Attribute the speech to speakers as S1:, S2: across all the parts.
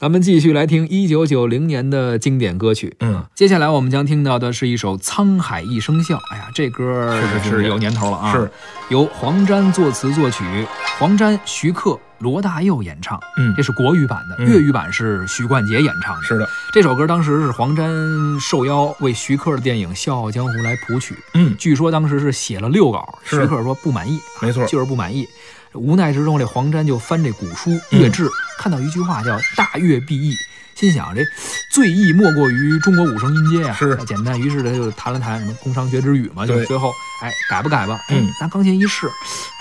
S1: 咱们继续来听一九九零年的经典歌曲。
S2: 嗯，
S1: 接下来我们将听到的是一首《沧海一声笑》。哎呀，这歌儿
S2: 是是
S1: 是有年头了啊！
S2: 是，
S1: 由黄沾作词作曲，黄沾、徐克、罗大佑演唱。
S2: 嗯
S1: 这，是国语版的，
S2: 嗯
S1: 粤语版是徐冠杰演唱的。
S2: 是的，
S1: 这首歌当时是黄沾受邀为徐克的电影《笑傲江湖》来谱曲，
S2: 嗯，
S1: 据说当时是写了六稿，徐
S2: 是
S1: 克说不满意，啊
S2: 没错
S1: 就是不满意。无奈之中，这黄沾就翻这古书《
S2: 嗯
S1: 乐志》，看到一句话叫“大乐必易”，心想这最易莫过于中国五声音阶啊，
S2: 是
S1: 简单。于是他就谈了谈什么工商角徵羽嘛，就是
S2: 对
S1: 最后哎改吧改吧，哎
S2: 嗯
S1: 拿钢琴一试，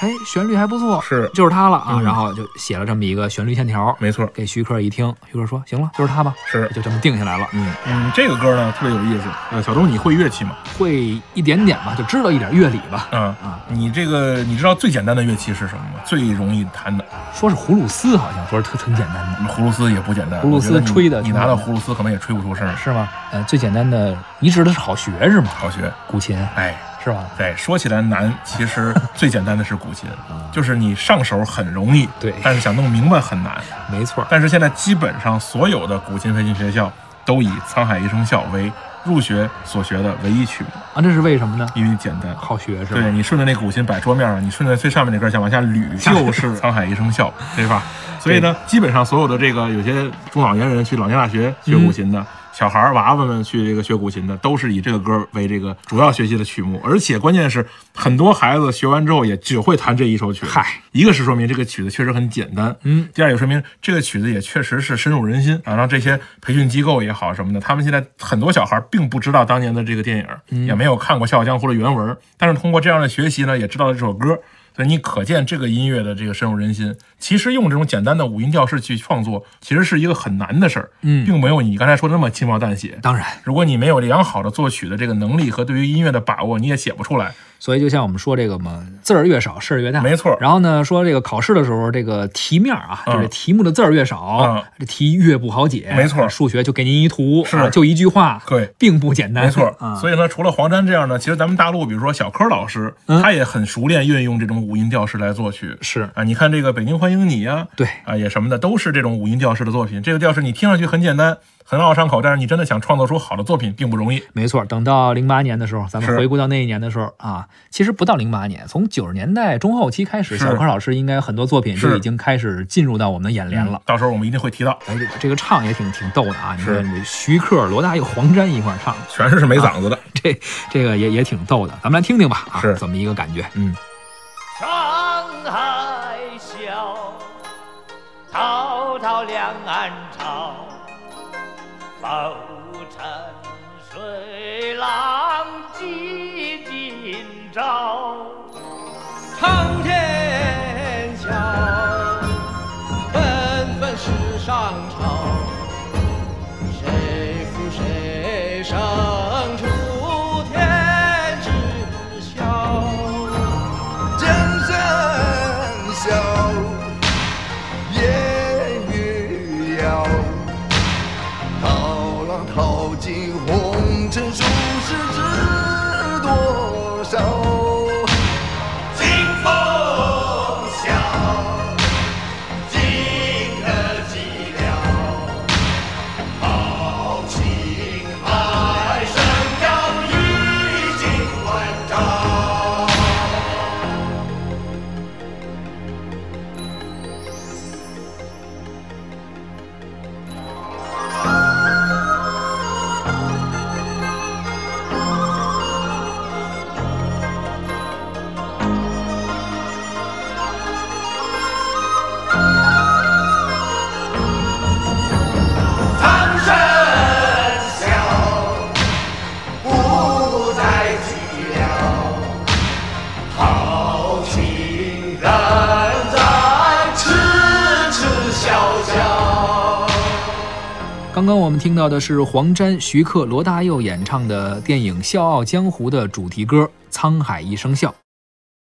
S1: 哎旋律还不错，
S2: 是
S1: 就是它了啊。
S2: 嗯
S1: 然后就写了这么一个旋律线条，
S2: 没错，
S1: 给徐克一听，徐克说行了，就是它吧，
S2: 是，
S1: 就这么定下来了。
S2: 嗯嗯，这个歌呢特别有意思。呃，小钟，你会乐器吗？
S1: 会一点点吧，就知道一点乐理吧。
S2: 嗯，
S1: 啊，
S2: 你这个你知道最简单的乐器是什么吗？最容易弹的，
S1: 说是葫芦丝，好像说是特很简单的，
S2: 葫芦丝也不简单。
S1: 葫芦丝
S2: 我觉得你
S1: 吹的
S2: 你拿到葫芦丝可能也吹不出声儿。
S1: 是吗？呃，最简单的，你指的是好学是吗？
S2: 好学，
S1: 古琴
S2: 哎，
S1: 是吧？
S2: 对，说起来难，其实最简单的是 古琴，就是你上手很容易，
S1: 嗯对
S2: 但是想弄明白 很难。
S1: 没错儿，
S2: 但是现在基本上所有的古琴培训学校都以《沧海一声笑》为入学所学的唯一曲目，
S1: 啊，这是为什么呢？
S2: 因为简单。
S1: 好学是
S2: 对
S1: 吧？
S2: 你顺着那古琴摆桌面上，你顺着最上面那根线往下捋，就是《 沧海一声笑》，对吧？所以呢，基本上所有的这个有些中老年人去老年大学学古琴的。小孩儿娃娃们去这个学古琴的，都是以这个歌为这个主要学习的曲目，而且关键是很多孩子学完之后也只会弹这一首曲子。
S1: 嗨，
S2: 一个是说明这个曲子确实很简单，
S1: 嗯，
S2: 第二也说明这个曲子也确实是深入人心啊。让这些培训机构也好什么的，他们现在很多小孩并不知道当年的这个电影，
S1: 嗯
S2: 也没有看过《笑傲江湖》的原文，但是通过这样的学习呢，也知道了这首歌。所以你可见这个音乐的这个深入人心。其实用这种简单的五音调式去创作，其实是一个很难的事儿，
S1: 嗯
S2: 并没有你刚才说的那么轻描淡写。
S1: 当然，
S2: 如果你没有良好的作曲的这个能力和对于音乐的把握，你也写不出来。
S1: 所以就像我们说这个嘛，字儿越少，事儿越大。
S2: 没错，
S1: 然后呢，说这个考试的时候，这个题面啊，就
S2: 嗯
S1: 是题目的字儿越少
S2: 嗯，
S1: 这题越不好解。
S2: 没错
S1: 数学就给您一图，
S2: 是
S1: 啊就一句话，
S2: 对，
S1: 并不简单。
S2: 没错
S1: 啊，，
S2: 所以呢，除了黄沾这样呢，其实咱们大陆，比如说小柯老师，
S1: 嗯
S2: 他也很熟练运用这种五音调式来作曲
S1: 是
S2: 啊。你看这个《北京欢迎你》呀，
S1: 对，
S2: 啊也什么的，都是这种五音调式的作品。这个调式你听上去很简单，很拗上口，但是你真的想创作出好的作品并不容易。
S1: 没错，等到零八年的时候，咱们
S2: 是
S1: 回顾到那一年的时候啊，其实不到零八年，从九十年代中后期开始，
S2: 是
S1: 小康老师应该很多作品就是已经开始进入到我们的眼帘了。
S2: 到时候我们一定会提到，
S1: 哎，这个这个唱也挺挺逗的啊！你
S2: 嗯是
S1: 看，徐克、罗大佑、黄沾一块儿唱，
S2: 全是没嗓子的。
S1: 这这个也也挺逗的，咱们来听听吧啊，
S2: 是
S1: 怎么一个感觉？
S2: 嗯，
S3: 上海笑，滔滔两岸潮，浮沉水浪几今朝。苍天笑，纷纷世上潮，谁负谁胜出天知晓。
S4: 江山笑，烟雨遥。涛浪淘尽红尘俗世知多少？
S3: 金风笑，今日寂寥，豪情爱生摇，衣锦还朝。苍生笑，不再寂寥。豪情仍在，痴痴笑笑。
S1: 刚刚我们听到的是黄沾、徐克、罗大佑演唱的电影《笑傲江湖》的主题歌《沧海一声笑》。